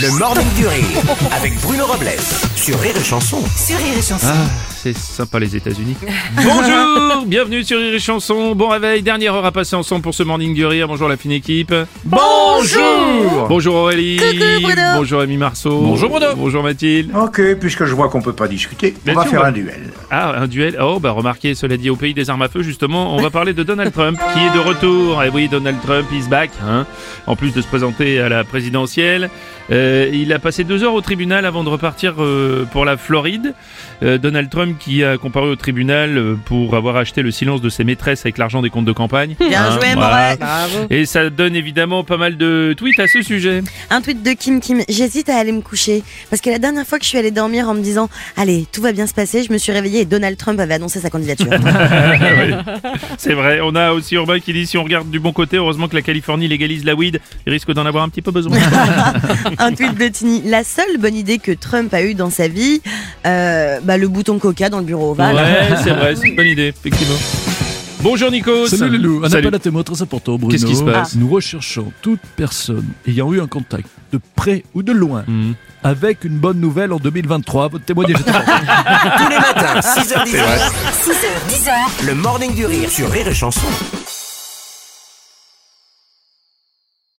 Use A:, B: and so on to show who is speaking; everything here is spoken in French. A: Le Morning du Rire avec Bruno Robles sur Rire et Chanson.
B: Sur Rire et Chanson.
C: Ah, c'est sympa les États-Unis. Bonjour, bienvenue sur Rire et Chanson. Bon réveil, dernière heure à passer ensemble pour ce morning du rire. Bonjour la fine équipe. Bonjour. Bonjour Aurélie.
B: Coucou, Bruno.
C: Bonjour Ami Marceau. Bonjour Bruno. Bonjour Mathilde.
D: Ok, puisque je vois qu'on peut pas discuter,
C: Bien
D: on va
C: sûr,
D: faire
C: bah.
D: un duel.
C: Ah, un duel. Oh, bah remarquez, cela dit, au pays des armes à feu, justement, on va parler de Donald Trump, qui est de retour. Et oui, Donald Trump is back. Hein. En plus de se présenter à la présidentielle, euh, il a passé deux heures au tribunal avant de repartir euh, pour la Floride. Euh, Donald Trump qui a comparu au tribunal euh, pour avoir acheté le silence de ses maîtresses avec l'argent des comptes de campagne.
B: Bien
C: Hein,
B: joué,
C: voilà.
B: Morel.
C: Et ça donne évidemment pas mal de tweets à ce sujet.
B: Un tweet de Kim Kim. J'hésite à aller me coucher. Parce que la dernière fois que je suis allée dormir en me disant Allez, tout va bien se passer, je me suis réveillée et Donald Trump avait annoncé sa candidature.
C: C'est vrai, on a aussi Urbain qui dit si on regarde du bon côté, heureusement que la Californie légalise la weed, il risque d'en avoir un petit peu besoin.
B: Un tweet de Tini. La seule bonne idée que Trump a eue dans sa vie, euh, bah, le bouton coca dans le bureau ovale.
C: Ouais, c'est vrai, c'est une bonne idée, effectivement. Bonjour Nico.
E: Salut les loups, un
C: Salut.
E: appel à témoins très important Bruno.
C: Qu'est-ce qui se passe
E: Nous recherchons toute personne ayant eu un contact de près ou de loin
C: Mhm.
E: avec une bonne nouvelle en 2023. Votre témoignage est important.
A: Tous les matins, 6h10,
B: h 10
A: le Morning du Rire sur Rire et Chanson.